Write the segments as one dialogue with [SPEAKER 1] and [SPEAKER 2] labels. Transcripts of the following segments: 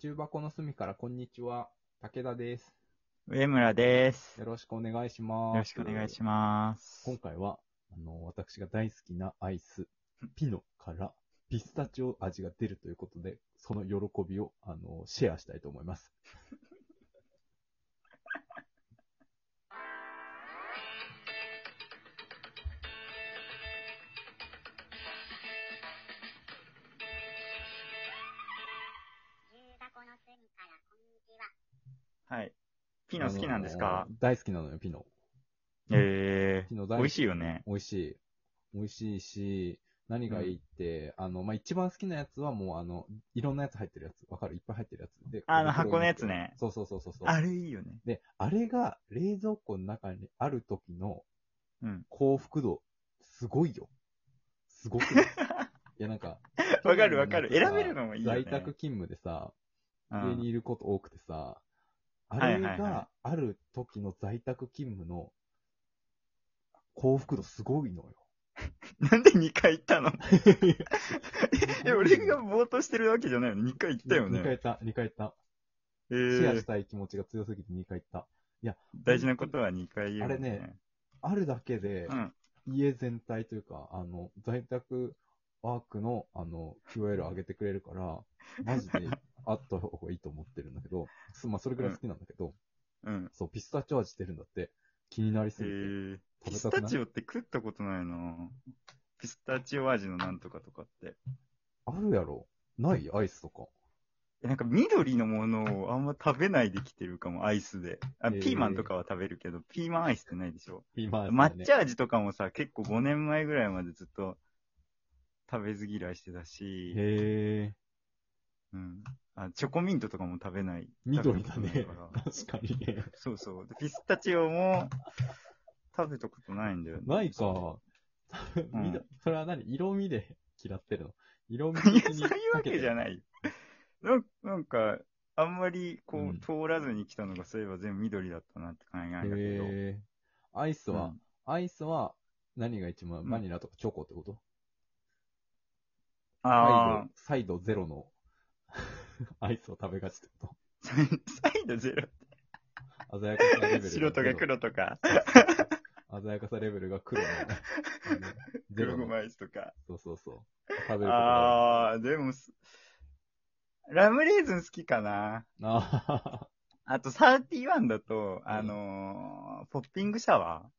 [SPEAKER 1] 中箱の隅からこんにちは。武田です。
[SPEAKER 2] 上村です。
[SPEAKER 1] よ
[SPEAKER 2] よ
[SPEAKER 1] ろしくお願いします。
[SPEAKER 2] ろしくお願いします。
[SPEAKER 1] 今回は、あの、私が大好きなアイス、ピノからピスタチオ味が出るということで、その喜びを、あの、シェアしたいと思います。
[SPEAKER 3] 重箱の隅からこんにちは。
[SPEAKER 2] はい。ピノ好きなんですか
[SPEAKER 1] あの大好きなのよ、ピノ。
[SPEAKER 2] え
[SPEAKER 1] ピノ
[SPEAKER 2] ー。
[SPEAKER 1] 大
[SPEAKER 2] 美
[SPEAKER 1] 好
[SPEAKER 2] 味
[SPEAKER 1] き。
[SPEAKER 2] しいよね。
[SPEAKER 1] 美味しい。美味しいし、何がいいって、あの、まあ、一番好きなやつはもう、あの、いろんなやつ入ってるやつ。わかるいっぱい入ってるやつ。で、
[SPEAKER 2] あの
[SPEAKER 1] 袋に
[SPEAKER 2] 箱のやつね
[SPEAKER 1] そうそうそうそうそう。
[SPEAKER 2] あれいいよね。
[SPEAKER 1] で、あれが冷蔵庫の中にある時の
[SPEAKER 2] うん。
[SPEAKER 1] 幸福度、すごいよ。すごく ないいや、なんか。
[SPEAKER 2] わかるわかる
[SPEAKER 1] 去年の夏さ
[SPEAKER 2] 選べるのもいいよね
[SPEAKER 1] 在宅勤務でさ、
[SPEAKER 2] う
[SPEAKER 1] 家
[SPEAKER 2] ん
[SPEAKER 1] にいること多くてさ、あ
[SPEAKER 2] はい
[SPEAKER 1] れ
[SPEAKER 2] はいはい
[SPEAKER 1] がある時の在宅勤務の幸福度すごいのよ。
[SPEAKER 2] なんで2回行った の え、俺がぼーっとしてるわけじゃないよね。2回行ったよ
[SPEAKER 1] 2回行
[SPEAKER 2] ね。
[SPEAKER 1] った、2回行った。
[SPEAKER 2] え
[SPEAKER 1] シェア
[SPEAKER 2] ー
[SPEAKER 1] し、たい気持ちが強すぎて2回行った。
[SPEAKER 2] 大事なことは2回言う、
[SPEAKER 1] あれね。あるだけで
[SPEAKER 2] う、ん。
[SPEAKER 1] 家全体というか、あの、在宅ワークの、あの、QL 上げてくれるから、マジであった方がいいと思ってるんだけど、すまあ、それぐらい好きなんだけど、
[SPEAKER 2] うん。
[SPEAKER 1] そう、ピスタチオ味してるんだって、気になりす
[SPEAKER 2] え
[SPEAKER 1] ぎて。
[SPEAKER 2] ー、ピス
[SPEAKER 1] 食べたく
[SPEAKER 2] タ
[SPEAKER 1] ない
[SPEAKER 2] チオって食ったことないなピスタチオ味のなんとかとかって。
[SPEAKER 1] あるやろないアイスとか。
[SPEAKER 2] えなんか緑のものをあんま食べないできてるかも、アイスで。あ、
[SPEAKER 1] えー
[SPEAKER 2] ピーマンとかは食べるけど、ピーマンアイスってないでしょ。
[SPEAKER 1] 今、
[SPEAKER 2] 抹茶味とかもさ、結構5年前ぐらいまでずっと食べず嫌いしてた
[SPEAKER 1] へ
[SPEAKER 2] し、
[SPEAKER 1] え、
[SPEAKER 2] うん、あチョコミントとかも食べない。
[SPEAKER 1] 緑だ
[SPEAKER 2] 食べ
[SPEAKER 1] ね
[SPEAKER 2] たことない か。
[SPEAKER 1] 確かにね。
[SPEAKER 2] らそうそう。でピスタチオも食べたことないんだよね。
[SPEAKER 1] ないか。
[SPEAKER 2] ん
[SPEAKER 1] 緑それは何色味で嫌ってるの色味
[SPEAKER 2] いや、
[SPEAKER 1] 的
[SPEAKER 2] そう
[SPEAKER 1] に
[SPEAKER 2] いうわけじゃ
[SPEAKER 1] い。
[SPEAKER 2] ない。なんなんか、あんまりこう、
[SPEAKER 1] うん
[SPEAKER 2] 通らずに来たのが、そういえば全部緑だったなって考えな
[SPEAKER 1] へ
[SPEAKER 2] んだけど。
[SPEAKER 1] え、アイス
[SPEAKER 2] う
[SPEAKER 1] は、
[SPEAKER 2] ん
[SPEAKER 1] アイスは何が一番、
[SPEAKER 2] うん
[SPEAKER 1] バニラとかチョコってこと、
[SPEAKER 2] ああ、
[SPEAKER 1] サイド、サイドゼロの アイスを食べがちってこ
[SPEAKER 2] サイサイドゼロ。
[SPEAKER 1] と鮮やかさレベルが
[SPEAKER 2] 白とか黒とか、
[SPEAKER 1] 鮮やかさレベルが黒の。あのゼ
[SPEAKER 2] 黒
[SPEAKER 1] ロ
[SPEAKER 2] ご
[SPEAKER 1] の。
[SPEAKER 2] まアイスとか。
[SPEAKER 1] そうそうそう。食べることが
[SPEAKER 2] ああ、でもす、ラムレーズン好きかな。
[SPEAKER 1] あ
[SPEAKER 2] あと、サーティワンだと、あのーポッピングシャワ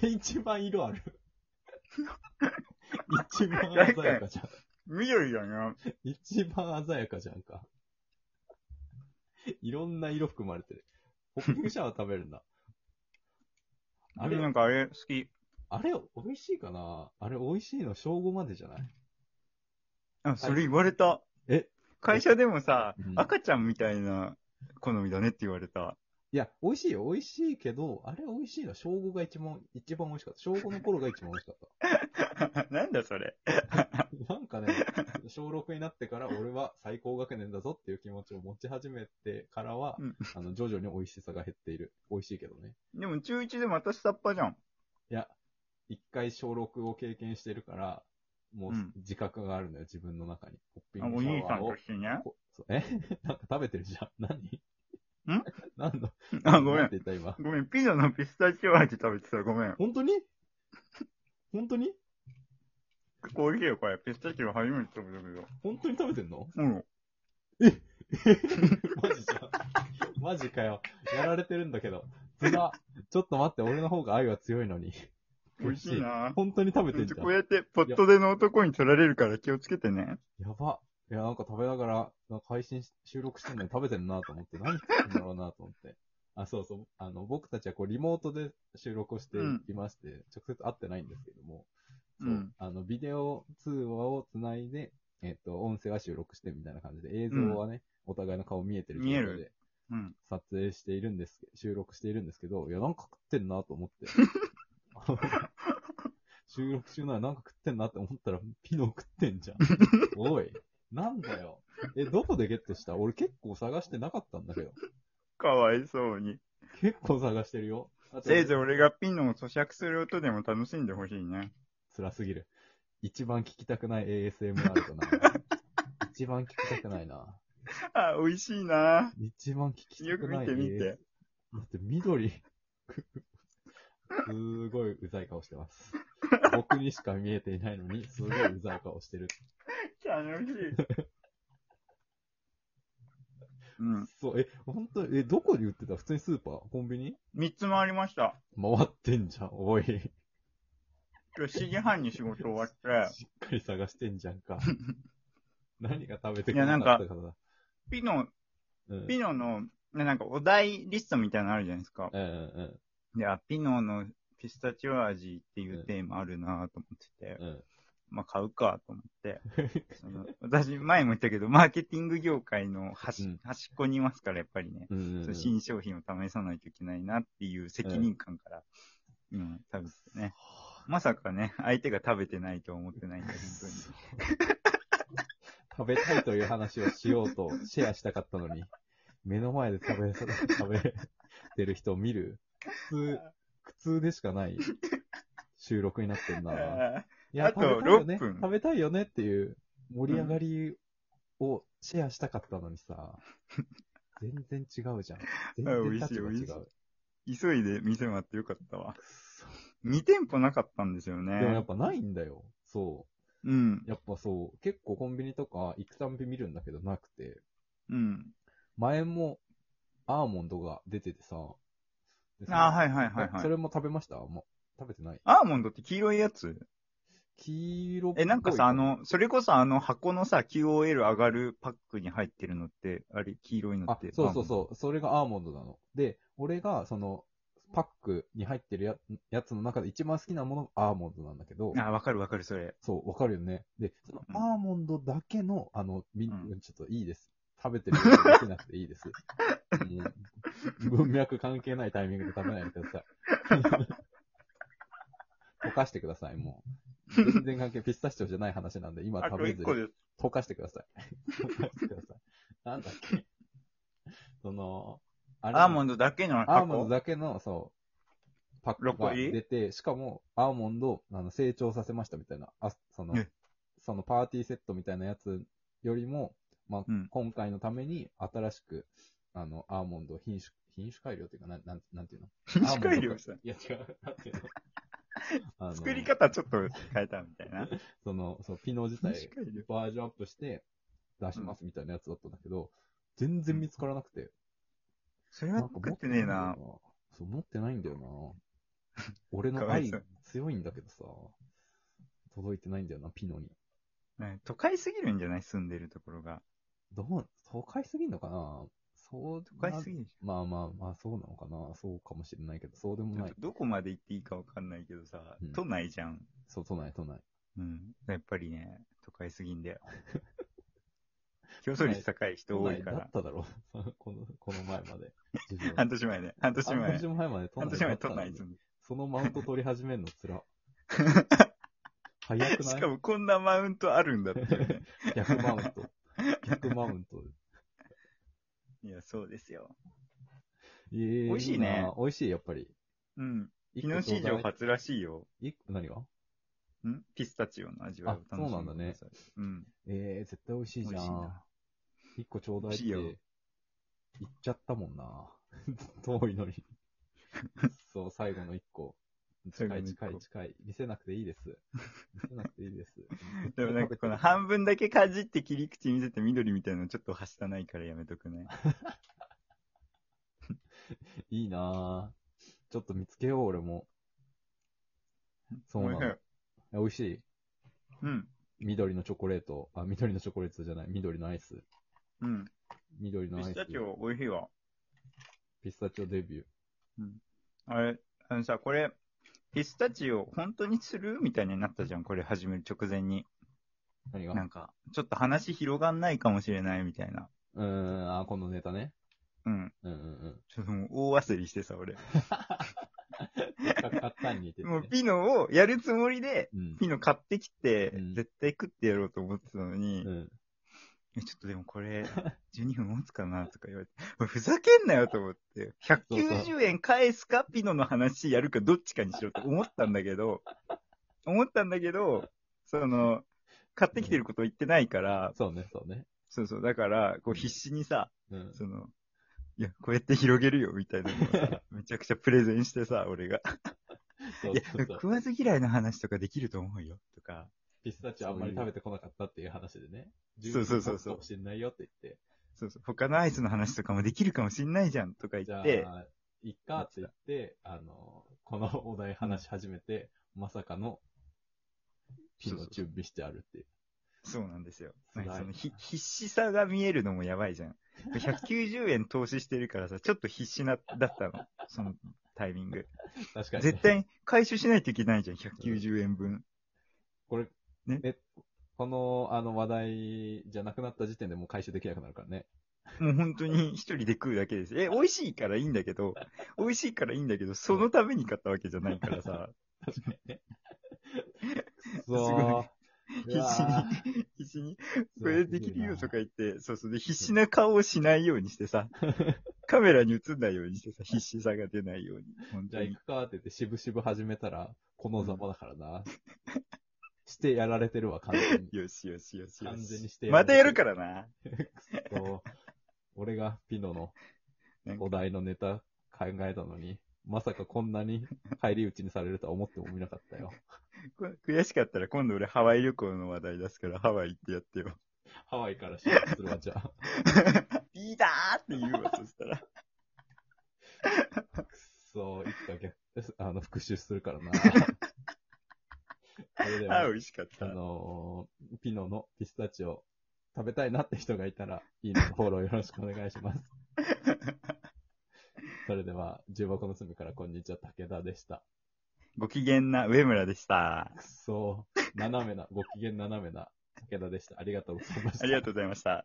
[SPEAKER 1] ー 一番色あ る。一番鮮やかじゃん。
[SPEAKER 2] ー緑だな。
[SPEAKER 1] 一番鮮やかじゃんか。いろんな色含まれてる。ポッピングシャワー食べるんだ。あ
[SPEAKER 2] あ
[SPEAKER 1] れ
[SPEAKER 2] れなんかあれ好き。
[SPEAKER 1] あれ、美味しいかなあれ、美味しいの正午までじゃない
[SPEAKER 2] あ、それ言われた。
[SPEAKER 1] え
[SPEAKER 2] 会社でもさ、
[SPEAKER 1] うん
[SPEAKER 2] 赤ちゃんみたいな好みだねって言われた。
[SPEAKER 1] いや、美味しいよ。美味しいけど、あれ美味しいの正午が一番、一番美味しかった。正午の頃が一番美味しかっ
[SPEAKER 2] なんだそれ。
[SPEAKER 1] た。 なんかね、小6になってから俺は最高学年だぞっていう気持ちを持ち始めてからは、
[SPEAKER 2] うん
[SPEAKER 1] あの、徐々に美味しさが減っている。美味しいけどね。
[SPEAKER 2] でも中1でまた下っ端じゃん。
[SPEAKER 1] いや、一回小6を経験してるから、もう
[SPEAKER 2] うん
[SPEAKER 1] 自覚があるのよ、自分の中に。ポッピ
[SPEAKER 2] あ
[SPEAKER 1] ン
[SPEAKER 2] お
[SPEAKER 1] グシ
[SPEAKER 2] 兄
[SPEAKER 1] ャ
[SPEAKER 2] さ
[SPEAKER 1] ワ
[SPEAKER 2] ん
[SPEAKER 1] ーを
[SPEAKER 2] と。してね。
[SPEAKER 1] こそうえ なんか食べてるじゃん。何
[SPEAKER 2] ん
[SPEAKER 1] なんだ
[SPEAKER 2] あ、ごめ
[SPEAKER 1] なん
[SPEAKER 2] ん
[SPEAKER 1] て。言った今。
[SPEAKER 2] ごめん、ピザのピスタチオ味食べてた。ごめん。
[SPEAKER 1] 本当に 本当に
[SPEAKER 2] 結構美味しいよ、これ。ピスタチオ初めて食べたけど。
[SPEAKER 1] 本当に食べてんの
[SPEAKER 2] うん。
[SPEAKER 1] マジじゃん。マジかよ。やられてるんだけど。つら、ちょっと待って、俺の方が愛は強いのに。
[SPEAKER 2] 美味しいな。
[SPEAKER 1] 本当に食べてんじゃ。
[SPEAKER 2] こうんやって、ポットでの男に取られるから気をつけてね。
[SPEAKER 1] やば。いや、なんか食べながら、なんか配信し、収録してるのに食べてるなと思って、何食ってんだろうなと思って。あ、そうそう。あの、僕たちはこう、リモートで収録をしていまして、直接会ってないんですけども、そう、
[SPEAKER 2] うん
[SPEAKER 1] あの、ビデオ通話をつないで、えっ、と、音声は収録してみたいな感じで、映像はね、お互いの顔見えてる状
[SPEAKER 2] 見え
[SPEAKER 1] 態
[SPEAKER 2] る
[SPEAKER 1] で
[SPEAKER 2] うん。
[SPEAKER 1] 撮影しているんですけ、収録しているんですけど、いや、なんか食ってんなと思 って。収録中ならなんか食ってんなって思ったら、ピノ食ってんじゃん。おい、なんだよ。え、どこでゲットした俺結構探してなかったんだけど。
[SPEAKER 2] かわいそうに。
[SPEAKER 1] 結構探してるよ。あと
[SPEAKER 2] せいぜい俺がピンのを咀嚼する音でも楽しんでほしいね。
[SPEAKER 1] 辛すぎる。 一番聞きたくない ASMR だな。一番聞きたくないな。
[SPEAKER 2] あ、美味しいな
[SPEAKER 1] 一番聞きた
[SPEAKER 2] よ
[SPEAKER 1] く
[SPEAKER 2] く
[SPEAKER 1] な
[SPEAKER 2] 見
[SPEAKER 1] い。
[SPEAKER 2] て見て。
[SPEAKER 1] だって緑、すごいうざい顔してます。僕にしか見えていないのに、すごいうざい顔してる。
[SPEAKER 2] 楽しい。 うん。
[SPEAKER 1] そう、え、本当にえ、どこで売ってた普通にスーパーコンビニ
[SPEAKER 2] 三つ回りました。
[SPEAKER 1] 回ってんじゃん、おい。し
[SPEAKER 2] 今日7時半に仕事終わって、
[SPEAKER 1] っかり探してんじゃん か。何が食べてくれなかったからだ。
[SPEAKER 2] ピノ、
[SPEAKER 1] うん。
[SPEAKER 2] ピノの、ねなんかお題リストみたいなのあるじゃないですか。
[SPEAKER 1] うんうん
[SPEAKER 2] で、あ、ピノのピスタチオ味っていうテーマあるなと思ってて、
[SPEAKER 1] うん。うん。
[SPEAKER 2] まあ買うかと思って、 その私前も言ったけど、マーケティング業界の端,、
[SPEAKER 1] うん
[SPEAKER 2] 端っこにいますから、やっぱりね、
[SPEAKER 1] うんうんう。
[SPEAKER 2] そうん新商品を試さないといけないなっていう責任感から、うん、食べてね。まさかね、相手が食べてないとは思ってないんで、本当
[SPEAKER 1] 食
[SPEAKER 2] に。
[SPEAKER 1] べたいという話をしようとシェアしたかったのに、目の前で食べ、食べてる人を見る。苦痛、苦痛でしかない収録になってん な。い
[SPEAKER 2] あ
[SPEAKER 1] や、
[SPEAKER 2] あと
[SPEAKER 1] 食べたいよね
[SPEAKER 2] 6分
[SPEAKER 1] 食べたいよねっていう盛り上がりをシェアしたかったのにさ、全然違うじゃん。全
[SPEAKER 2] あ
[SPEAKER 1] 然
[SPEAKER 2] 美味しい
[SPEAKER 1] 立場
[SPEAKER 2] 美
[SPEAKER 1] 違。
[SPEAKER 2] 味しいうー 急いで店回ってよかったわ。2店舗なかったんですよね。
[SPEAKER 1] でもやっぱないんだよ。そ
[SPEAKER 2] う
[SPEAKER 1] う。。
[SPEAKER 2] ん
[SPEAKER 1] やっぱそう。結構コンビニとか行くたんび見るんだけどなくて。
[SPEAKER 2] うん。
[SPEAKER 1] 前もアーモンドが出ててさ。で
[SPEAKER 2] あはいはいはいはい
[SPEAKER 1] それも食べましたもう食べてない。
[SPEAKER 2] アーモンドって黄色いやつ
[SPEAKER 1] 黄色っぽい。
[SPEAKER 2] え、なんかさ、あ、の、それこそあの箱のさ、QOL 上がるパックに入ってるのって、あれ、黄色いの
[SPEAKER 1] あ
[SPEAKER 2] って。、
[SPEAKER 1] そうそうそう。それがアーモンドなの。で、俺がその、パックに入ってるややつの中で一番好きなものがアーモンドなんだけど
[SPEAKER 2] アーモン、ド。あ、わかるわかる、それ。
[SPEAKER 1] そう、わかるよね。で、その
[SPEAKER 2] うん
[SPEAKER 1] アーモンドだけの、あの、み
[SPEAKER 2] う
[SPEAKER 1] ちょっといいです。食べてるように見せなくていいです。もう文脈関係ないタイミングで食べないでください。 溶かしてください、もう。全然関係、ピスタチオじゃない話なんで、今
[SPEAKER 2] あ
[SPEAKER 1] 食
[SPEAKER 2] と
[SPEAKER 1] べずに
[SPEAKER 2] 1個です。
[SPEAKER 1] 溶かしてください。 溶かしてください。なんだっけ。その、あ
[SPEAKER 2] アーモ
[SPEAKER 1] ン
[SPEAKER 2] ンドだけの
[SPEAKER 1] アーモンド
[SPEAKER 2] 箱。
[SPEAKER 1] だけの、そう、パック
[SPEAKER 2] 六個
[SPEAKER 1] が
[SPEAKER 2] 入り
[SPEAKER 1] 出て、しかも、アーモンドをあの成長させましたみたいな、あその
[SPEAKER 2] ね、
[SPEAKER 1] そのパーティーセットみたいなやつよりも、まあ、
[SPEAKER 2] うん
[SPEAKER 1] 今回のために新しく、あの、アーモンドを品種、品種改良っていうか、なん、なんなんていうの
[SPEAKER 2] 品種改良した。
[SPEAKER 1] いや、違う。なん ていうのあの
[SPEAKER 2] 作り方ちょっと変えたみ たいな。
[SPEAKER 1] その、そう、ピノ自
[SPEAKER 2] 品
[SPEAKER 1] 体
[SPEAKER 2] 種改良。
[SPEAKER 1] バージョンアップして出しますみたいなやつだったんだけど、全然見つからなくて。
[SPEAKER 2] それは
[SPEAKER 1] なんか
[SPEAKER 2] 作ってねえな。
[SPEAKER 1] そう、持ってないんだよな。 俺
[SPEAKER 2] か
[SPEAKER 1] の
[SPEAKER 2] わい
[SPEAKER 1] 愛
[SPEAKER 2] そう
[SPEAKER 1] 強いんだけどさ、届いてないんだよな、ピノに。
[SPEAKER 2] ね都会すぎるんじゃない住んでるところが。
[SPEAKER 1] どう、都会すぎんのかなそう、
[SPEAKER 2] 都会すぎるでし
[SPEAKER 1] まあまあまあ、そうなのかなそうかもしれないけど、そうでも
[SPEAKER 2] ょ。な
[SPEAKER 1] なんい
[SPEAKER 2] か。どこまで行っていいかわかんないけどさ
[SPEAKER 1] うん、
[SPEAKER 2] 都内じゃん。
[SPEAKER 1] そう、都内、都内。
[SPEAKER 2] うん。やっぱりね、都会すぎんだ よ。競争率高い人
[SPEAKER 1] 都
[SPEAKER 2] 多い
[SPEAKER 1] 内
[SPEAKER 2] か
[SPEAKER 1] だ
[SPEAKER 2] ら
[SPEAKER 1] っ。ただろう この、この前まで。
[SPEAKER 2] 半年前ね。半年前。
[SPEAKER 1] 半年前まで都
[SPEAKER 2] 半
[SPEAKER 1] 内
[SPEAKER 2] 年
[SPEAKER 1] だ
[SPEAKER 2] 前
[SPEAKER 1] った
[SPEAKER 2] 都
[SPEAKER 1] の
[SPEAKER 2] 内
[SPEAKER 1] に
[SPEAKER 2] 住んで。
[SPEAKER 1] そのマウント取り始めんの つら。早く
[SPEAKER 2] し
[SPEAKER 1] ない
[SPEAKER 2] かもこんなマウントあるんだってい うね。
[SPEAKER 1] 逆マウント。逆マウント。
[SPEAKER 2] いや、そうですよ。
[SPEAKER 1] いえいえ
[SPEAKER 2] 美味しいね
[SPEAKER 1] な美味しい、やっぱり。
[SPEAKER 2] うん。
[SPEAKER 1] 一
[SPEAKER 2] 日
[SPEAKER 1] 個ちょ
[SPEAKER 2] 野
[SPEAKER 1] うだい
[SPEAKER 2] 市場初らしいよ。
[SPEAKER 1] いく何が
[SPEAKER 2] んピスタチオの味わいを楽しんで
[SPEAKER 1] あそうなんだね
[SPEAKER 2] くさい。うん。
[SPEAKER 1] えー、絶対美味しいじゃ
[SPEAKER 2] 美味しい
[SPEAKER 1] ん
[SPEAKER 2] な。
[SPEAKER 1] 一個ちょうだいって
[SPEAKER 2] 美
[SPEAKER 1] 言
[SPEAKER 2] 味しい
[SPEAKER 1] っ
[SPEAKER 2] よ
[SPEAKER 1] ちゃったもんな。 遠いのに。そう、最後の一個。
[SPEAKER 2] 最後
[SPEAKER 1] 近
[SPEAKER 2] の
[SPEAKER 1] い近
[SPEAKER 2] 一個
[SPEAKER 1] い近い。見せなくていいです。見せなくていいです。
[SPEAKER 2] でもなんかこの半分だけかじって切り口見せて緑みたいなのちょっとはしたないからやめとくね。
[SPEAKER 1] いいなぁ。ちょっと見つけよう、俺も。そうなの。
[SPEAKER 2] 美
[SPEAKER 1] え
[SPEAKER 2] 味
[SPEAKER 1] 美味しい。
[SPEAKER 2] しいうん。
[SPEAKER 1] 緑のチョコレート。あ、緑のチョコレートじゃない。緑のアイス。
[SPEAKER 2] うん。
[SPEAKER 1] 緑のアイ
[SPEAKER 2] ピ
[SPEAKER 1] ス。
[SPEAKER 2] スタチオ美味しいわ。
[SPEAKER 1] ピスタチオデビュー。
[SPEAKER 2] あれ、あのさ、これ、ピスタチオ本当にするみたいになったじゃん。これ始める直前に。
[SPEAKER 1] 何
[SPEAKER 2] な
[SPEAKER 1] が
[SPEAKER 2] んか、ちょっと話広がんないかもしれないみたいな。
[SPEAKER 1] うーん、あ、このネタね。
[SPEAKER 2] うん。
[SPEAKER 1] うんうん
[SPEAKER 2] ちょっともう大焦りしてさ、俺。
[SPEAKER 1] うん。簡単に言って
[SPEAKER 2] もう
[SPEAKER 1] ね。
[SPEAKER 2] ピノをやるつもりで、
[SPEAKER 1] うん。
[SPEAKER 2] ピノ買ってきて、
[SPEAKER 1] うん
[SPEAKER 2] 絶対食ってやろうと思ってたのに、
[SPEAKER 1] うん。
[SPEAKER 2] えちょっとでも これ、12分持つかなとか言われて、おいふざけんなよと思って、190円返すか、ピノの話やるか、どっちかにしろって思ったんだけど、思ったんだけど、その、買ってきてることを言ってないから、
[SPEAKER 1] そうね、そうね。
[SPEAKER 2] そうそう。だから、こう必死にさ、
[SPEAKER 1] うん。
[SPEAKER 2] その、いや、こうやって広げるよ、みたいなのを さめちゃくちゃプレゼンしてさ、俺が。
[SPEAKER 1] そう
[SPEAKER 2] いや、
[SPEAKER 1] そうそう
[SPEAKER 2] 食わず嫌いの話とかできると思うよ、とか。
[SPEAKER 1] ピスタチオあんまり食べてこなかったっていう話でね。
[SPEAKER 2] そうそうそうそ
[SPEAKER 1] 十分経つか
[SPEAKER 2] う
[SPEAKER 1] もしれないよって言って。
[SPEAKER 2] そうそう。他のアイスの話とかもできるかもしんないじゃん、とか
[SPEAKER 1] じ
[SPEAKER 2] 言
[SPEAKER 1] ゃ
[SPEAKER 2] って。
[SPEAKER 1] あ、いっかって言って、あの、このお題話し始めて、まさかの、ピン
[SPEAKER 2] そ
[SPEAKER 1] を
[SPEAKER 2] うそう
[SPEAKER 1] 準備してあるっていう。
[SPEAKER 2] そうなんですよ。なん
[SPEAKER 1] 辛い
[SPEAKER 2] かそのひ必死さが見えるのもやばいじゃん。190円投資してるからさ、ちょっと必死な、だったの。そのタイミング。
[SPEAKER 1] 確かにね、
[SPEAKER 2] 絶対回収しないといけないじゃん、190円分。
[SPEAKER 1] これ、
[SPEAKER 2] ね
[SPEAKER 1] えこの、あの話題じゃなくなった時点でもう回収できなくなるからね。
[SPEAKER 2] もう本当に一人で食うだけです。え、美味しいからいいんだけど、美味しいからいいんだけど、そのために買ったわけじゃないからさ、
[SPEAKER 1] 確かにね。
[SPEAKER 2] すごい
[SPEAKER 1] そう。
[SPEAKER 2] 必死に、必 死に、これできるよとか
[SPEAKER 1] 言
[SPEAKER 2] 言って、そうそう、で、必死な顔をしないようにし てさ、カメラに映んないようにしてさ、必死さが出ないように、本
[SPEAKER 1] じ
[SPEAKER 2] 当
[SPEAKER 1] ゃあ行
[SPEAKER 2] に。
[SPEAKER 1] くかって言って、しぶしぶ始めたら、このざまだからな。 してやられてるわ、完全に。
[SPEAKER 2] よしよしよしよ
[SPEAKER 1] 完
[SPEAKER 2] し。
[SPEAKER 1] 全にして
[SPEAKER 2] またやるからな。
[SPEAKER 1] そう俺がピノの
[SPEAKER 2] なんか
[SPEAKER 1] お題のネタ考えたのに、まさかこんなに返り討ちにされるとは思ってもみなかったよ。
[SPEAKER 2] こ悔しかったら今度俺ハワイ旅行の話題出すからハワイ行ってやって よ。
[SPEAKER 1] ハワイから出発するわ、 じゃあ。
[SPEAKER 2] ピーターって言うわ、そしたら。
[SPEAKER 1] くそー、いつか逆、あの、復讐する からな。そ れで
[SPEAKER 2] あ、
[SPEAKER 1] は、
[SPEAKER 2] 美味しかっ
[SPEAKER 1] あ
[SPEAKER 2] た。
[SPEAKER 1] のーピノのピスタチオ食べたいなって人がいたら、いいね、フォローよろしくお願いし ます。それでは、重箱の隅からこんにちは、武田でした。
[SPEAKER 2] ご機嫌な上村でした。
[SPEAKER 1] くそー、斜めな、ご機嫌斜めな武田でした。ありがとうございました。
[SPEAKER 2] ありがとうございました。